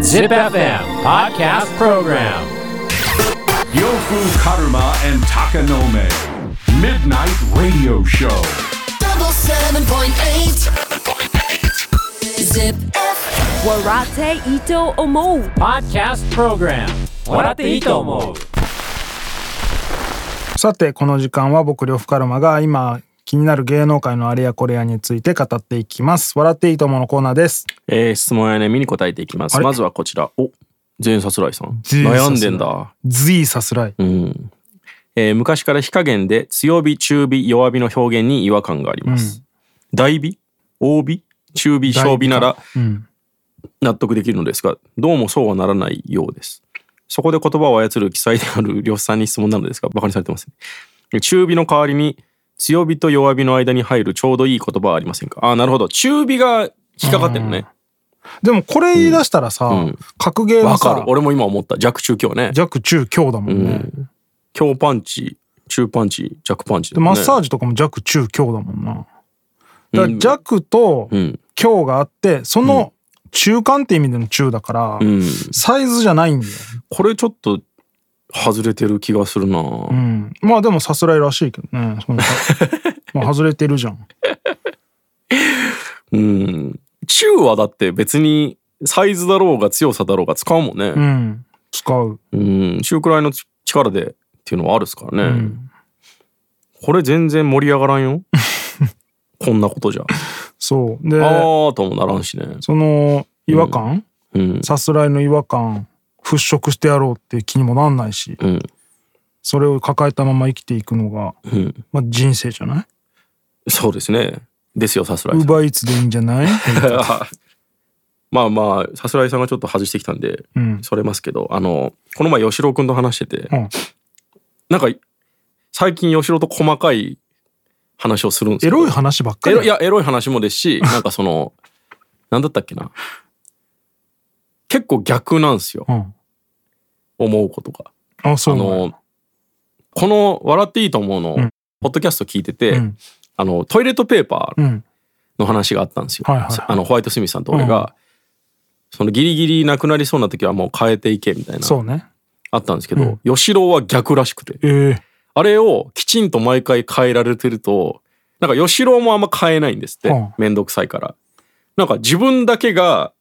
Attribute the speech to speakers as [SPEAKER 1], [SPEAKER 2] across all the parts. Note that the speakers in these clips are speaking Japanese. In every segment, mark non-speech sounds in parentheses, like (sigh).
[SPEAKER 1] Zip FM Podcast Program
[SPEAKER 2] Yofu Karuma and Takanome. Midnight Radio Show.
[SPEAKER 3] double seven point eight. Zip.
[SPEAKER 4] Warate Ito Omo.
[SPEAKER 1] Podcast Program 笑っていいと思う
[SPEAKER 5] さてこの時間は僕呂布カルマが今気になる芸能界のあれやこれやについて語っていきます笑っていいとものコーナーです
[SPEAKER 6] えー質問や悩みに答えていきます。
[SPEAKER 5] あれ
[SPEAKER 6] まずはこちら。お、全殺来さん。
[SPEAKER 5] 全殺来
[SPEAKER 6] 悩んでんだ。
[SPEAKER 5] ズイさすらい
[SPEAKER 6] うん。えー昔から火加減で強火、中火、弱火の表現に違和感があります。大火、大火、中火、小火なら
[SPEAKER 5] うん
[SPEAKER 6] 納得できるのですが、どうもそうはならないようです。そこで言葉を操る記載である呂布さんに質問なのですが、馬鹿にされてますね。中火の代わりに強火と弱火の間に入るちょうどいい言葉はありませんかあー、なるほど。中火が引っかかってるね。
[SPEAKER 5] でもこれ言い出したらさ、
[SPEAKER 6] うん
[SPEAKER 5] 格ゲー
[SPEAKER 6] わ
[SPEAKER 5] の
[SPEAKER 6] かる
[SPEAKER 5] さ。
[SPEAKER 6] 俺も今思った。弱中強ね。
[SPEAKER 5] 弱中強だもんね、
[SPEAKER 6] 強パンチ、中パンチ、弱パンチ、
[SPEAKER 5] でマッサー
[SPEAKER 6] ジ。
[SPEAKER 5] ジとかも弱中強だもんなだから
[SPEAKER 6] うん
[SPEAKER 5] 弱と
[SPEAKER 6] うん。
[SPEAKER 5] 強があってその中間って意味での中だから、
[SPEAKER 6] うん。
[SPEAKER 5] サイズじゃないんだよ、
[SPEAKER 6] これちょっと外れてる気がするな、
[SPEAKER 5] うん、まあでもさすらいらしいけどね
[SPEAKER 6] (laughs)
[SPEAKER 5] そのまあ外れてるじゃん
[SPEAKER 6] うん。中はだって別にサイズだろうが強さだろうが使うもん
[SPEAKER 5] う
[SPEAKER 6] ね。
[SPEAKER 5] ん使う
[SPEAKER 6] うん。中くらいの力でっていうのはあるっすから
[SPEAKER 5] う
[SPEAKER 6] ね。
[SPEAKER 5] ん
[SPEAKER 6] これ全然盛り上がら
[SPEAKER 5] (laughs)
[SPEAKER 6] んよ。こんなことじゃ。
[SPEAKER 5] そうで
[SPEAKER 6] あーともならんしね。
[SPEAKER 5] その違和感、
[SPEAKER 6] うん。
[SPEAKER 5] さすらいの違和感払拭してやろうっていう気にもなんないし
[SPEAKER 6] うん。
[SPEAKER 5] それを抱えたまま生きていくのが、
[SPEAKER 6] うん。
[SPEAKER 5] まあ、人生じゃない
[SPEAKER 6] そうですね。ですよ、さすらい
[SPEAKER 5] ウ
[SPEAKER 6] さ
[SPEAKER 5] ー
[SPEAKER 6] ん。
[SPEAKER 5] バーイーツでいいんじゃ
[SPEAKER 6] (laughs)
[SPEAKER 5] ない
[SPEAKER 6] まあまあ、さすらいさんがちょっと外してきたんで、
[SPEAKER 5] うん
[SPEAKER 6] それますけど、あの、この前、吉郎くんと話してて、
[SPEAKER 5] うん
[SPEAKER 6] なんか、最近、吉郎と細かい話をするんです
[SPEAKER 5] エ
[SPEAKER 6] けど
[SPEAKER 5] ロい話ばっか
[SPEAKER 6] エ
[SPEAKER 5] り
[SPEAKER 6] ロいや、エロい話もで
[SPEAKER 5] (laughs)
[SPEAKER 6] すし、なんかその、なんだったっけな。結構逆なんですよ、
[SPEAKER 5] うん、
[SPEAKER 6] 思うことが。
[SPEAKER 5] あそ
[SPEAKER 6] あ
[SPEAKER 5] うなの
[SPEAKER 6] の、この、笑っていいと思うの、
[SPEAKER 5] うん
[SPEAKER 6] ポッドキャスト聞いてて、
[SPEAKER 5] うん
[SPEAKER 6] あの、トイレットペーパー、
[SPEAKER 5] うん
[SPEAKER 6] の話があったんですよ。
[SPEAKER 5] はいはいはい
[SPEAKER 6] あのホワイトスミスさんと俺が、そのギリギリなくなりそうな時はもう変えていけみたいな
[SPEAKER 5] そうね
[SPEAKER 6] あったんですけど、吉郎は逆らしくて、
[SPEAKER 5] えー、
[SPEAKER 6] あれをきちんと毎回変えられてると、なんか吉郎もあんま変えないんですって、
[SPEAKER 5] うん
[SPEAKER 6] めんどくさいから。なんか自分だけが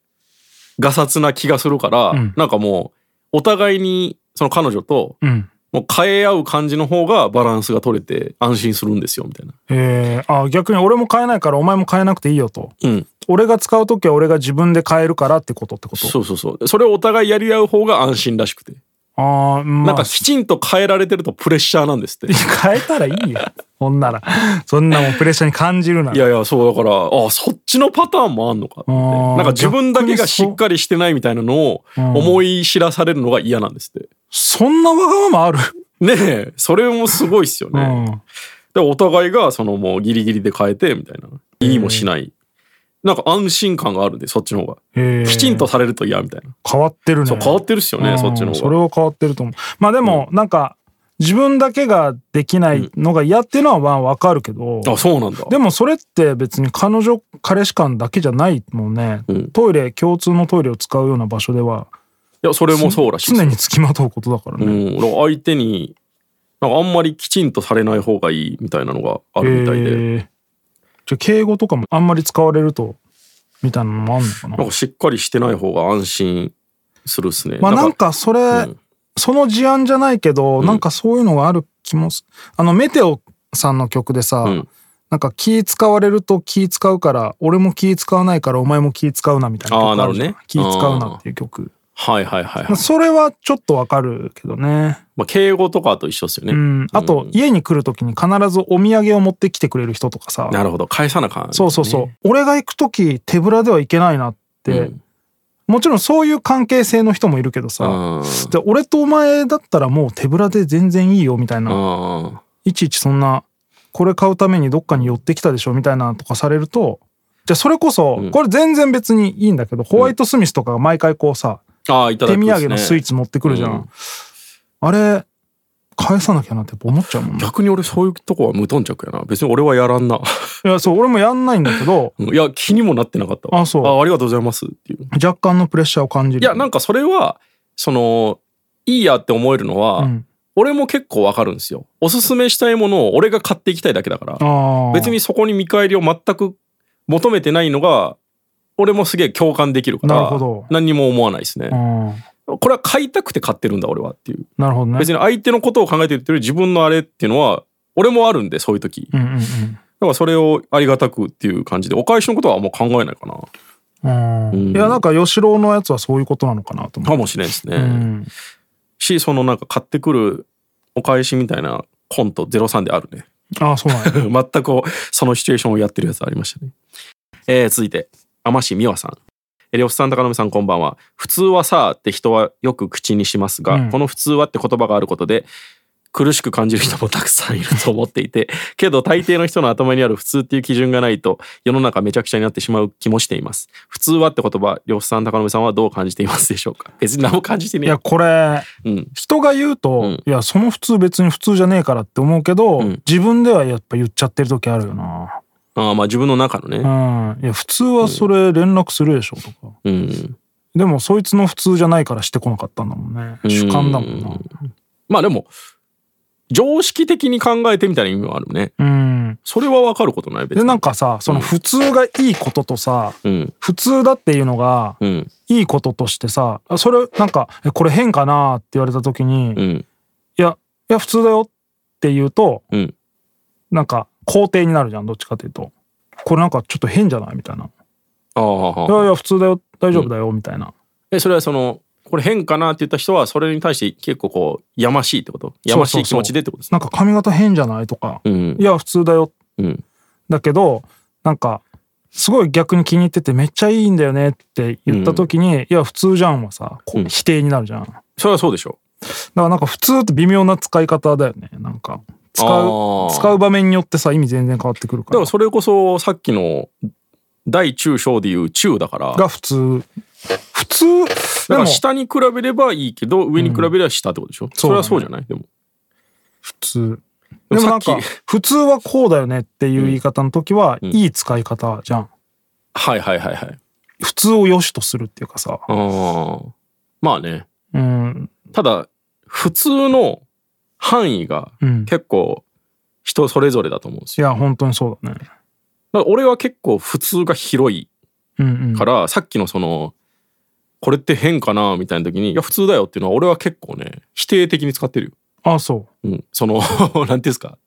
[SPEAKER 6] がさつな気がするから、
[SPEAKER 5] ん
[SPEAKER 6] なんかもうお互いにその彼女と
[SPEAKER 5] うん
[SPEAKER 6] もう変え合う感じの方がバランスが取れて安心するんですよみたいな。
[SPEAKER 5] えー、あ逆に俺も買えないからお前も買えなくていいよと
[SPEAKER 6] うん。
[SPEAKER 5] 俺が使う時は俺が自分で買えるからってことってこと
[SPEAKER 6] そうそうそう。それをお互いやり合う方が安心らしくて。
[SPEAKER 5] ああま
[SPEAKER 6] な
[SPEAKER 5] あ
[SPEAKER 6] んかきちんと変えられてるとプレッシャーなんですって。
[SPEAKER 5] (laughs) 変えたらいいよほんならそんなもんプレッシャーに感じるなら
[SPEAKER 6] いやいや、そうだから、あそっちのパターンもあんのかって。
[SPEAKER 5] あー
[SPEAKER 6] なんか自分だけがしっかりしてないみたいなのを
[SPEAKER 5] ん
[SPEAKER 6] 思い知らされるのが嫌なんですって。
[SPEAKER 5] そんなわがままある、
[SPEAKER 6] ねえ、それもすごいっすよ
[SPEAKER 5] う
[SPEAKER 6] ね。
[SPEAKER 5] ん
[SPEAKER 6] で、お互いがそのもうギリギリで変えてみたいな。言いもしない。なんか安心感があるんで、そっちの方が。
[SPEAKER 5] えー
[SPEAKER 6] きちんとされると嫌みたいな。
[SPEAKER 5] 変わってるね
[SPEAKER 6] そう、変わってるっすよ
[SPEAKER 5] う
[SPEAKER 6] ね、
[SPEAKER 5] ん
[SPEAKER 6] そっちの
[SPEAKER 5] そ
[SPEAKER 6] 方
[SPEAKER 5] れ
[SPEAKER 6] が。
[SPEAKER 5] は変わってると思うまあでもなんか自分だけができないのが嫌っていうのはまあわかるけど、
[SPEAKER 6] あ、そうなんだ。
[SPEAKER 5] でもそれって別に彼女彼氏間だけじゃないもんね、
[SPEAKER 6] うん
[SPEAKER 5] トイレ共通のトイレを使うような場所ではい
[SPEAKER 6] や、それもそうらしいです
[SPEAKER 5] 常につきまとうことだから
[SPEAKER 6] う
[SPEAKER 5] ね、
[SPEAKER 6] ん、だから相手になんかあんまりきちんとされない方がいいみたいなのがあ
[SPEAKER 5] え
[SPEAKER 6] るみたいで、
[SPEAKER 5] ーじゃあ敬語とかもあんまり使われるとみたいなのもあんのかな
[SPEAKER 6] なんかしっかりしてない方が安心するっすね。
[SPEAKER 5] まあなん
[SPEAKER 6] か
[SPEAKER 5] かそれ、
[SPEAKER 6] ん
[SPEAKER 5] その事案じゃないけど、なんかそういうのがある気もすあのメテオさんの曲でさ、
[SPEAKER 6] うん
[SPEAKER 5] なんか気使われると気使うから俺も気使わないからお前も気使うなみたいな
[SPEAKER 6] あー
[SPEAKER 5] 曲
[SPEAKER 6] な
[SPEAKER 5] あ
[SPEAKER 6] る
[SPEAKER 5] るじ
[SPEAKER 6] ほど
[SPEAKER 5] ゃん
[SPEAKER 6] ね
[SPEAKER 5] 気使うなっていう曲
[SPEAKER 6] はいはいはいはい、
[SPEAKER 5] それはちょっとわかるけどね
[SPEAKER 6] まあ、敬語とかと一緒っすよね。
[SPEAKER 5] うんあと家に来る時に必ずお土産を持ってきてくれる人とかさ
[SPEAKER 6] なるほど返さなあかん、
[SPEAKER 5] そうそうそう、俺が行く時手ぶらではいけないなって、
[SPEAKER 6] うん
[SPEAKER 5] もちろんそういう関係性の人もいるけどさ、
[SPEAKER 6] うん
[SPEAKER 5] で俺とお前だったらもう手ぶらで全然いいよみたいな、
[SPEAKER 6] うん
[SPEAKER 5] いちいちそんなこれ買うためにどっかに寄ってきたでしょみたいなのとかされるとじゃあそれこそ、これ全然別にいいんだけどホワイトスミスとかが毎回こうさ、
[SPEAKER 6] ああいただ
[SPEAKER 5] 手
[SPEAKER 6] く
[SPEAKER 5] 土
[SPEAKER 6] っすね
[SPEAKER 5] 産のスイーツ持ってくるじゃん、
[SPEAKER 6] うん
[SPEAKER 5] あれ返さなきゃなってやっぱ思っちゃうもんね
[SPEAKER 6] 逆に俺そういうとこは無頓着やな別に俺はやらんな (laughs)
[SPEAKER 5] いやそう俺もやんないんだけど
[SPEAKER 6] うんいや気にもなってなかったわ
[SPEAKER 5] あそう
[SPEAKER 6] あありがとうございますっていう
[SPEAKER 5] 若干のプレッシャーを感じる
[SPEAKER 6] いやなんかそれはそのいいやって思えるのは、
[SPEAKER 5] うん
[SPEAKER 6] 俺も結構わかるんですよおすすめしたいものを俺が買っていきたいだけだから
[SPEAKER 5] あー
[SPEAKER 6] 別にそこに見返りを全く求めてないのが俺もすげえ共感できるから
[SPEAKER 5] なるほど
[SPEAKER 6] 何にも思わないですね
[SPEAKER 5] うん
[SPEAKER 6] これは買いたくて買ってるんだ俺はっていう
[SPEAKER 5] なるほどね
[SPEAKER 6] 別に相手のことを考えて言ってる自分のあれっていうのは俺もあるんでそういう時だ
[SPEAKER 5] うんうん
[SPEAKER 6] からそれをありがたくっていう感じでお返しのことはもう考えないか
[SPEAKER 5] う
[SPEAKER 6] な
[SPEAKER 5] んうん
[SPEAKER 6] うん
[SPEAKER 5] いやなんか吉郎のやつはそういうことなのかなと思
[SPEAKER 6] か
[SPEAKER 5] う
[SPEAKER 6] もしれんですね、
[SPEAKER 5] うん
[SPEAKER 6] しそのなんか買ってくるお返しみたいなコント03であるね
[SPEAKER 5] ああそうなんや
[SPEAKER 6] (laughs) 全くそのシチュエーションをやってるやつありましたね、えー続いて天志美和さんえー呂布さん高野さんこんばんは普通はさって人はよく口にしますが、
[SPEAKER 5] うん
[SPEAKER 6] この普通はって言葉があることで苦しく感じる人もたくさんいると思っていて (laughs) けど大抵の人の頭にある普通っていう基準がないと世の中めちゃくちゃになってしまう気もしています普通はって言葉呂布さん高野さんはどう感じていますでしょうか別に何も感じて
[SPEAKER 5] い
[SPEAKER 6] ねえ
[SPEAKER 5] やこ
[SPEAKER 6] (laughs)
[SPEAKER 5] れ
[SPEAKER 6] うん
[SPEAKER 5] 人が言うと、
[SPEAKER 6] うん
[SPEAKER 5] いやその普通別に普通じゃねえからって思うけど、
[SPEAKER 6] ん
[SPEAKER 5] 自分ではやっぱ言っちゃってる時あるよな
[SPEAKER 6] あーまあ自分の中のね
[SPEAKER 5] うんいや普通はそれ連絡するでしょとか、
[SPEAKER 6] うん
[SPEAKER 5] でもそいつの普通じゃないからしてこなかったんだもんね
[SPEAKER 6] ん
[SPEAKER 5] 主観だもんな
[SPEAKER 6] まあでも常識的に考えてみたいな意味はあるね
[SPEAKER 5] うん
[SPEAKER 6] それは分かることない別
[SPEAKER 5] で
[SPEAKER 6] に
[SPEAKER 5] なんかさその普通がいいこととさ、
[SPEAKER 6] うん
[SPEAKER 5] 普通だっていうのが
[SPEAKER 6] うん
[SPEAKER 5] いいこととしてさあそれなんかえこれ変かなって言われた時に、
[SPEAKER 6] う
[SPEAKER 5] い
[SPEAKER 6] ん
[SPEAKER 5] やいや普通だよって言うと
[SPEAKER 6] うん
[SPEAKER 5] なんか肯定になるじゃんどっちかというとこれなんかちょっと変じゃないみたいな
[SPEAKER 6] あ
[SPEAKER 5] い
[SPEAKER 6] あ
[SPEAKER 5] やいや普通だよ大丈夫だよみたいな、
[SPEAKER 6] えそれはそのこれ変かなって言った人はそれに対して結構こうやましいってことやましい気持ちでってことです
[SPEAKER 5] な
[SPEAKER 6] ね
[SPEAKER 5] んか髪型変じゃないとか、
[SPEAKER 6] うん
[SPEAKER 5] いや普通だよ
[SPEAKER 6] うん
[SPEAKER 5] だけどなんかすごい逆に気に入っててめっちゃいいんだよねって言った時に、いや普通じゃんはさこう
[SPEAKER 6] うん
[SPEAKER 5] 否定になるじゃん、だか
[SPEAKER 6] それはそうでしょ
[SPEAKER 5] らなんか普通って微妙な使い方だよねなんか使
[SPEAKER 6] あ
[SPEAKER 5] う
[SPEAKER 6] ー
[SPEAKER 5] 使う場面によってさ意味全然変わってくるか
[SPEAKER 6] だかららそれこそさっきの大中小でいう中だから
[SPEAKER 5] が普通普通
[SPEAKER 6] だ
[SPEAKER 5] で
[SPEAKER 6] か
[SPEAKER 5] も
[SPEAKER 6] ら下に比べればいいけど上に比べれば下ってことでしょ、それはそうじゃないでも
[SPEAKER 5] 普通で
[SPEAKER 6] でも
[SPEAKER 5] もな
[SPEAKER 6] さ
[SPEAKER 5] ん
[SPEAKER 6] っき
[SPEAKER 5] か普通はこうだよねっていう言い方の時は、
[SPEAKER 6] ん
[SPEAKER 5] いい使い方じゃん
[SPEAKER 6] (laughs) はいはいはいはい
[SPEAKER 5] 普通を良しとするっていうかさ、
[SPEAKER 6] ああまあね
[SPEAKER 5] うん、
[SPEAKER 6] ただ普通の範囲が
[SPEAKER 5] うん
[SPEAKER 6] 結構人それぞれだと思うんです
[SPEAKER 5] い
[SPEAKER 6] よ。
[SPEAKER 5] や本当にそうだね。
[SPEAKER 6] だから俺は結構普通が広い
[SPEAKER 5] うんうん、
[SPEAKER 6] から、さっきのそのこれって変かなみたいな時に「いや普通だよ」っていうのは俺は結構ね否定的に使ってるよ。
[SPEAKER 5] あそ
[SPEAKER 6] うん、その (laughs) なんていうんですか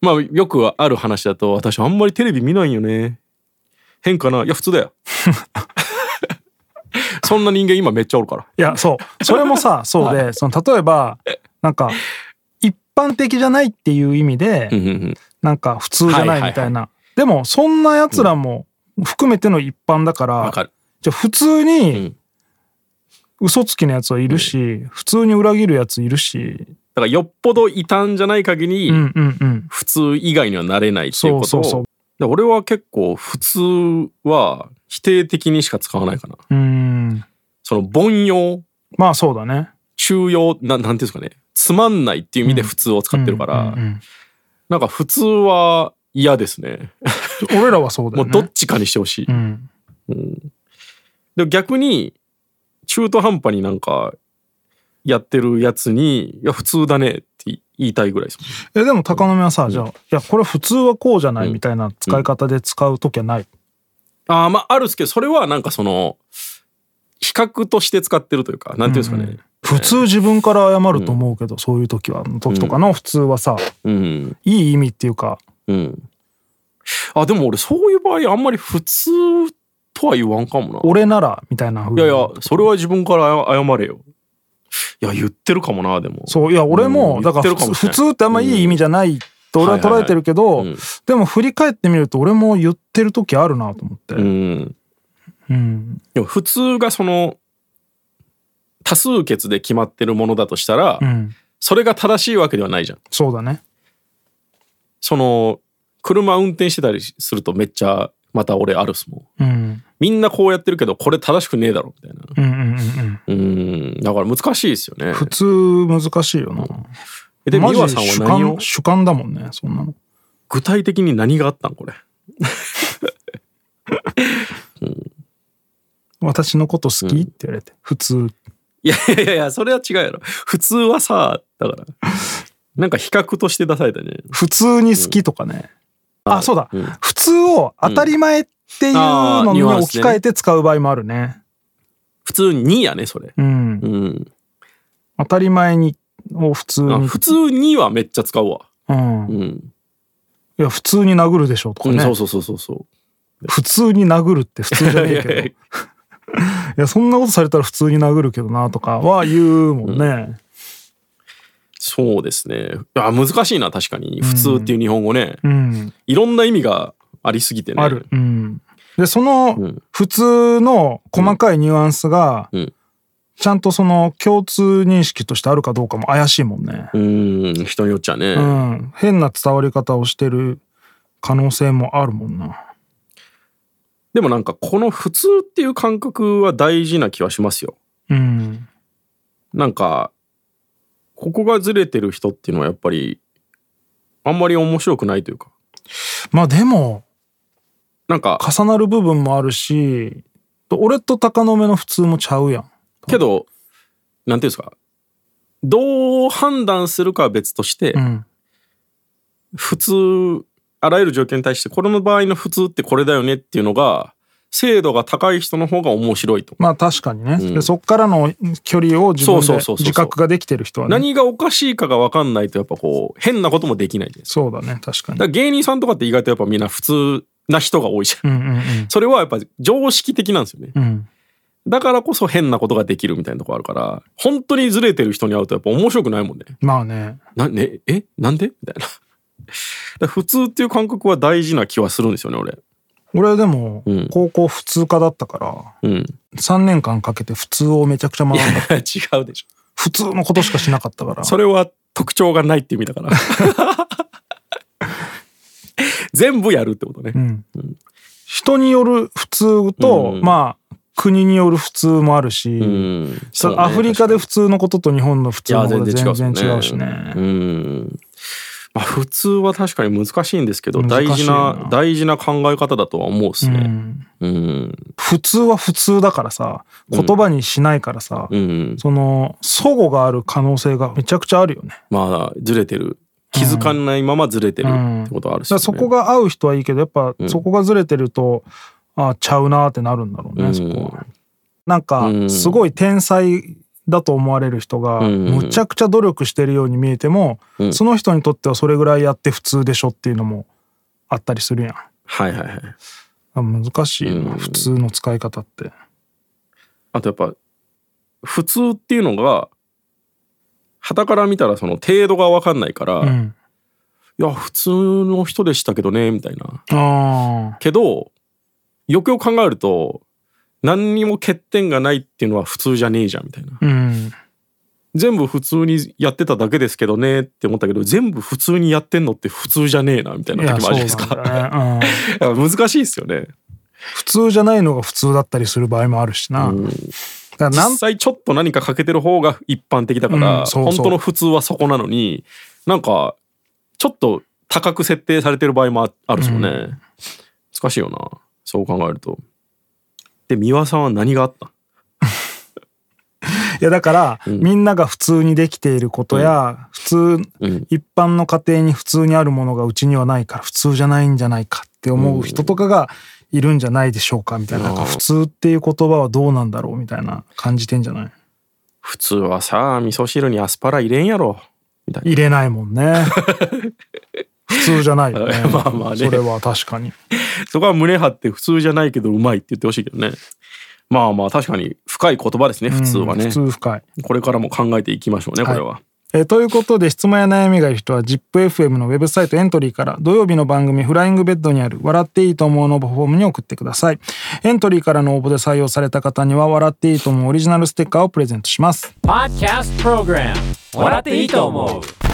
[SPEAKER 6] まあよくある話だと私あんまりテレビ見ないよね変かないや普通
[SPEAKER 5] (laughs)
[SPEAKER 6] だよそんな人間今めっちゃおるから
[SPEAKER 5] ういやそうそれも
[SPEAKER 6] (laughs)
[SPEAKER 5] さそうで、その例えばなんか一般的じゃないっていう意味で、
[SPEAKER 6] うんうんうん
[SPEAKER 5] なんか普通じゃな
[SPEAKER 6] は
[SPEAKER 5] い
[SPEAKER 6] はい
[SPEAKER 5] い
[SPEAKER 6] はい
[SPEAKER 5] みたいな、でもそんなやつらも含めての一般だから、
[SPEAKER 6] わかる
[SPEAKER 5] じゃあ普通に
[SPEAKER 6] ん
[SPEAKER 5] 嘘つきのやつはいるし、普通に裏切るやついるし、
[SPEAKER 6] だからよっぽど異端じゃない限り、
[SPEAKER 5] うんうんうん、
[SPEAKER 6] 普通以外にはなれないっていうことを
[SPEAKER 5] そうそうそう
[SPEAKER 6] で俺は結構普通は否定的にしか使わないかな
[SPEAKER 5] うん
[SPEAKER 6] その凡庸
[SPEAKER 5] まあそうだね。
[SPEAKER 6] 中庸ななんていうんですかねつまんないっていう意味で普通を使ってるから、
[SPEAKER 5] うんうん
[SPEAKER 6] なんか普通は嫌ですね
[SPEAKER 5] うん俺らはそうだよ
[SPEAKER 6] もう
[SPEAKER 5] ね。
[SPEAKER 6] どっちかにしてほしい、
[SPEAKER 5] うん、
[SPEAKER 6] でも逆に中途半端になんかやってるやつに「いや普通だね」って言いたいぐらいですもんね
[SPEAKER 5] えでも高野目はさ、じゃあいやこれ普通はこうじゃないみたいな使い方で使う時はない、
[SPEAKER 6] あーまああるんですけどそれはなんかその比較として使ってるというかなんていうんですかね、
[SPEAKER 5] 普通自分から謝ると思うけど、そういう時は時とかの普通はさ、
[SPEAKER 6] うん、
[SPEAKER 5] いい意味っていうか
[SPEAKER 6] うん。あ、でも俺そういう場合あんまり普通とは言わんかも
[SPEAKER 5] 俺ならみたいな風に
[SPEAKER 6] な。いやいや、それは自分から謝謝れよ。いや、言ってるかもな、でも。
[SPEAKER 5] そういや俺も、
[SPEAKER 6] うん
[SPEAKER 5] だか
[SPEAKER 6] 言
[SPEAKER 5] ら
[SPEAKER 6] ってるかも
[SPEAKER 5] 普
[SPEAKER 6] しれ
[SPEAKER 5] 普
[SPEAKER 6] ない
[SPEAKER 5] 通ってあんまいい意味じゃないと俺は捉えてるけど、
[SPEAKER 6] いはいはいうん
[SPEAKER 5] でも振り返ってみると俺も言ってる時あるなと思って、
[SPEAKER 6] うん。
[SPEAKER 5] うん
[SPEAKER 6] でも普通がその、多数決で決まってるものだとしたら、
[SPEAKER 5] うん
[SPEAKER 6] それが正しいわけではないじゃん。
[SPEAKER 5] そうだね
[SPEAKER 6] その、車運転してたりするとめっちゃ、また俺あるっすもん。
[SPEAKER 5] うん
[SPEAKER 6] みんなこうやってるけど、これ正しくねえだろ、みたいな。
[SPEAKER 5] うんうんうんうん
[SPEAKER 6] うん。だから難しいですよね。
[SPEAKER 5] 普通難しいよな
[SPEAKER 6] えで
[SPEAKER 5] マ
[SPEAKER 6] 美
[SPEAKER 5] ジ
[SPEAKER 6] 和
[SPEAKER 5] で
[SPEAKER 6] さん
[SPEAKER 5] 主
[SPEAKER 6] は何を
[SPEAKER 5] 観主観だもんねそんなの
[SPEAKER 6] 具体的に何があったんこれ
[SPEAKER 5] 私のこと好き、って言われて普通
[SPEAKER 6] いやいやいやいやそれは違うやろ普通はさだからなんか比較として出されたね
[SPEAKER 5] 普通に好きとかね、あそうだ、
[SPEAKER 6] うん
[SPEAKER 5] 普通を当たり前っていうのに
[SPEAKER 6] うんあーニュアンス
[SPEAKER 5] 置
[SPEAKER 6] で
[SPEAKER 5] き
[SPEAKER 6] ね
[SPEAKER 5] 換えて使う場合もあるね
[SPEAKER 6] 普通にやねそれ
[SPEAKER 5] うん
[SPEAKER 6] うん
[SPEAKER 5] 当たり前にを普通
[SPEAKER 6] あ
[SPEAKER 5] に
[SPEAKER 6] 普通にはめっちゃ使うわ
[SPEAKER 5] うん、
[SPEAKER 6] う
[SPEAKER 5] い
[SPEAKER 6] ん、
[SPEAKER 5] や普通に殴るでしょとか
[SPEAKER 6] うん
[SPEAKER 5] ね、
[SPEAKER 6] そうそうそうそうそ
[SPEAKER 5] 普通に殴るって普通じゃ
[SPEAKER 6] うい
[SPEAKER 5] ねえ
[SPEAKER 6] や
[SPEAKER 5] けど
[SPEAKER 6] いや (laughs)
[SPEAKER 5] いやそんなことされたら普通に殴るけどなとかは言うもんね、
[SPEAKER 6] そうですねあ難しいな確かに普通っていう日本語ね、
[SPEAKER 5] うん、
[SPEAKER 6] いろんな意味がありすぎてね
[SPEAKER 5] ある。うん、でその
[SPEAKER 6] ん
[SPEAKER 5] 普通の細かいニュアンスが
[SPEAKER 6] うん
[SPEAKER 5] ちゃんとその共通認識としてあるかどうかも怪しいもんね。
[SPEAKER 6] うん人によっちゃね、
[SPEAKER 5] うん、変な伝わり方をしてる可能性もあるもんな。
[SPEAKER 6] でもなんかこの普通っていう感覚は大事な気はしますよ
[SPEAKER 5] うん、
[SPEAKER 6] なんかここがずれてる人っていうのはやっぱりあんまり面白くないというか
[SPEAKER 5] まあでも
[SPEAKER 6] なんか
[SPEAKER 5] 重なる部分もあるし俺と鷹の目の普通もちゃうやん。
[SPEAKER 6] けどなんていうんですかどう判断するかは別として、
[SPEAKER 5] うん、
[SPEAKER 6] 普通あらゆる条件に対してこれの場合の普通ってこれだよねっていうのが精度が高い人の方が面白いと。
[SPEAKER 5] まあ確かにね、
[SPEAKER 6] ん
[SPEAKER 5] でそっからの距離を自分
[SPEAKER 6] そうそう
[SPEAKER 5] で
[SPEAKER 6] そうそう
[SPEAKER 5] 自覚ができてる人はね
[SPEAKER 6] 何がおかしいかが分かんないとやっぱこう変なこともできないじゃないですか
[SPEAKER 5] そうだね確かに
[SPEAKER 6] だから芸人さんとかって意外とやっぱみんな普通な人が多いじゃん、
[SPEAKER 5] うんうん
[SPEAKER 6] それはやっぱ常識的なんですよね
[SPEAKER 5] うんうん
[SPEAKER 6] だからこそ変なことができるみたいなとこあるから本当にずれてる人に会うとやっぱ面白くないもんね
[SPEAKER 5] まあね
[SPEAKER 6] なねえなんでみたいな (laughs) だから普通っていう感覚は大事な気はするんですよね俺
[SPEAKER 5] 俺でも
[SPEAKER 6] うん
[SPEAKER 5] 高校普通科だったから
[SPEAKER 6] (laughs) うん
[SPEAKER 5] 3年間かけて普通をめちゃくちゃ学んだ
[SPEAKER 6] 違うでしょ
[SPEAKER 5] 普通のことしかしなかったから
[SPEAKER 6] それは特徴がないって意味だから (laughs) 全部やるってことね、
[SPEAKER 5] うん、人による普通と、
[SPEAKER 6] うん
[SPEAKER 5] まあ国による普通もあるし、
[SPEAKER 6] うん
[SPEAKER 5] そ
[SPEAKER 6] そうね
[SPEAKER 5] アフリカで普通のことと日本の普通のことで全然違うしね
[SPEAKER 6] うん。まあ普通は確かに難しいんですけど、
[SPEAKER 5] 難
[SPEAKER 6] 大
[SPEAKER 5] しい
[SPEAKER 6] 事
[SPEAKER 5] な
[SPEAKER 6] な大事な考え方だとは思うです
[SPEAKER 5] う
[SPEAKER 6] ね。
[SPEAKER 5] ん
[SPEAKER 6] うん。
[SPEAKER 5] 普通は普通だからさ言葉にしないからさ、
[SPEAKER 6] うん。
[SPEAKER 5] その齟齬がある可能性がめちゃくちゃあるよね
[SPEAKER 6] まあずれてる。気づかないままずれてる
[SPEAKER 5] うん
[SPEAKER 6] ってことはある
[SPEAKER 5] だ
[SPEAKER 6] し、
[SPEAKER 5] か
[SPEAKER 6] ね
[SPEAKER 5] らそこが合う人はいいけどやっぱ
[SPEAKER 6] ん
[SPEAKER 5] そこがずれてると、ああちゃうなーってなるんだろうね、
[SPEAKER 6] うん
[SPEAKER 5] そこは。なんか
[SPEAKER 6] うん
[SPEAKER 5] すごい天才だと思われる人が
[SPEAKER 6] うん
[SPEAKER 5] むちゃくちゃ努力してるように見えても、
[SPEAKER 6] うん
[SPEAKER 5] その人にとってはそれぐらいやって普通でしょっていうのもあったりするやん。
[SPEAKER 6] はいはいはい。
[SPEAKER 5] 難しいよな、
[SPEAKER 6] うん
[SPEAKER 5] 普通の使い方って。
[SPEAKER 6] あとやっぱ普通っていうのが。傍から見たらその程度が分かんないから、
[SPEAKER 5] う
[SPEAKER 6] い
[SPEAKER 5] ん、
[SPEAKER 6] や普通の人でしたけどねみたいな
[SPEAKER 5] あ
[SPEAKER 6] けどよくよく考えると何にも欠点がないっていうのは普通じゃねえじゃんみたいな
[SPEAKER 5] ーうん
[SPEAKER 6] 全部普通にやってただけですけどねって思ったけど全部普通にやってんのって普通じゃねえなみたい
[SPEAKER 5] い
[SPEAKER 6] な
[SPEAKER 5] や
[SPEAKER 6] 時
[SPEAKER 5] そ
[SPEAKER 6] もあ
[SPEAKER 5] う
[SPEAKER 6] るじゃない
[SPEAKER 5] なん
[SPEAKER 6] ですか、
[SPEAKER 5] だね、うん
[SPEAKER 6] (laughs) 難しいですよね
[SPEAKER 5] 普通じゃないのが普通だったりする場合もあるしな、だからなん
[SPEAKER 6] 実際ちょっと何か欠けてる方が一般的だから、
[SPEAKER 5] うんそうそう
[SPEAKER 6] 本当の普通はそこなのになんかちょっと高く設定されてる場合もああるしもんね、難しいよなそう考えるとで三輪さんは何があった
[SPEAKER 5] いやだから、みんなが普通にできていることや、普通、
[SPEAKER 6] うん
[SPEAKER 5] 一般の家庭に普通にあるものがうちにはないから普通じゃないんじゃないかって思う人とかがいるんじゃないでしょうかみたいな,、なんか普通っていう言葉はどうなんだろうみたいな感じてんじゃない
[SPEAKER 6] 普通はさ味噌汁にアスパラ入れんやろみたいな
[SPEAKER 5] 入れないもん
[SPEAKER 6] (laughs)
[SPEAKER 5] ね普通じゃないよね
[SPEAKER 6] まあまあね
[SPEAKER 5] それは確かに
[SPEAKER 6] そこは胸張って普通じゃないけどうまいって言ってほしいけどね。まあまあ確かに深い言葉ですね普通はね、
[SPEAKER 5] うん普通深い
[SPEAKER 6] これからも考えていきましょうねこれは。
[SPEAKER 5] えーということで質問や悩みがある人は ZIPFM のウェブサイトエントリーから土曜日の番組フライングベッドにある笑っていいと思うの応募フォームに送ってくださいエントリーからの応募で採用された方には笑っていいと思うオリジナルステッカーをプレゼントします
[SPEAKER 1] Podcast Program 笑っていいと思う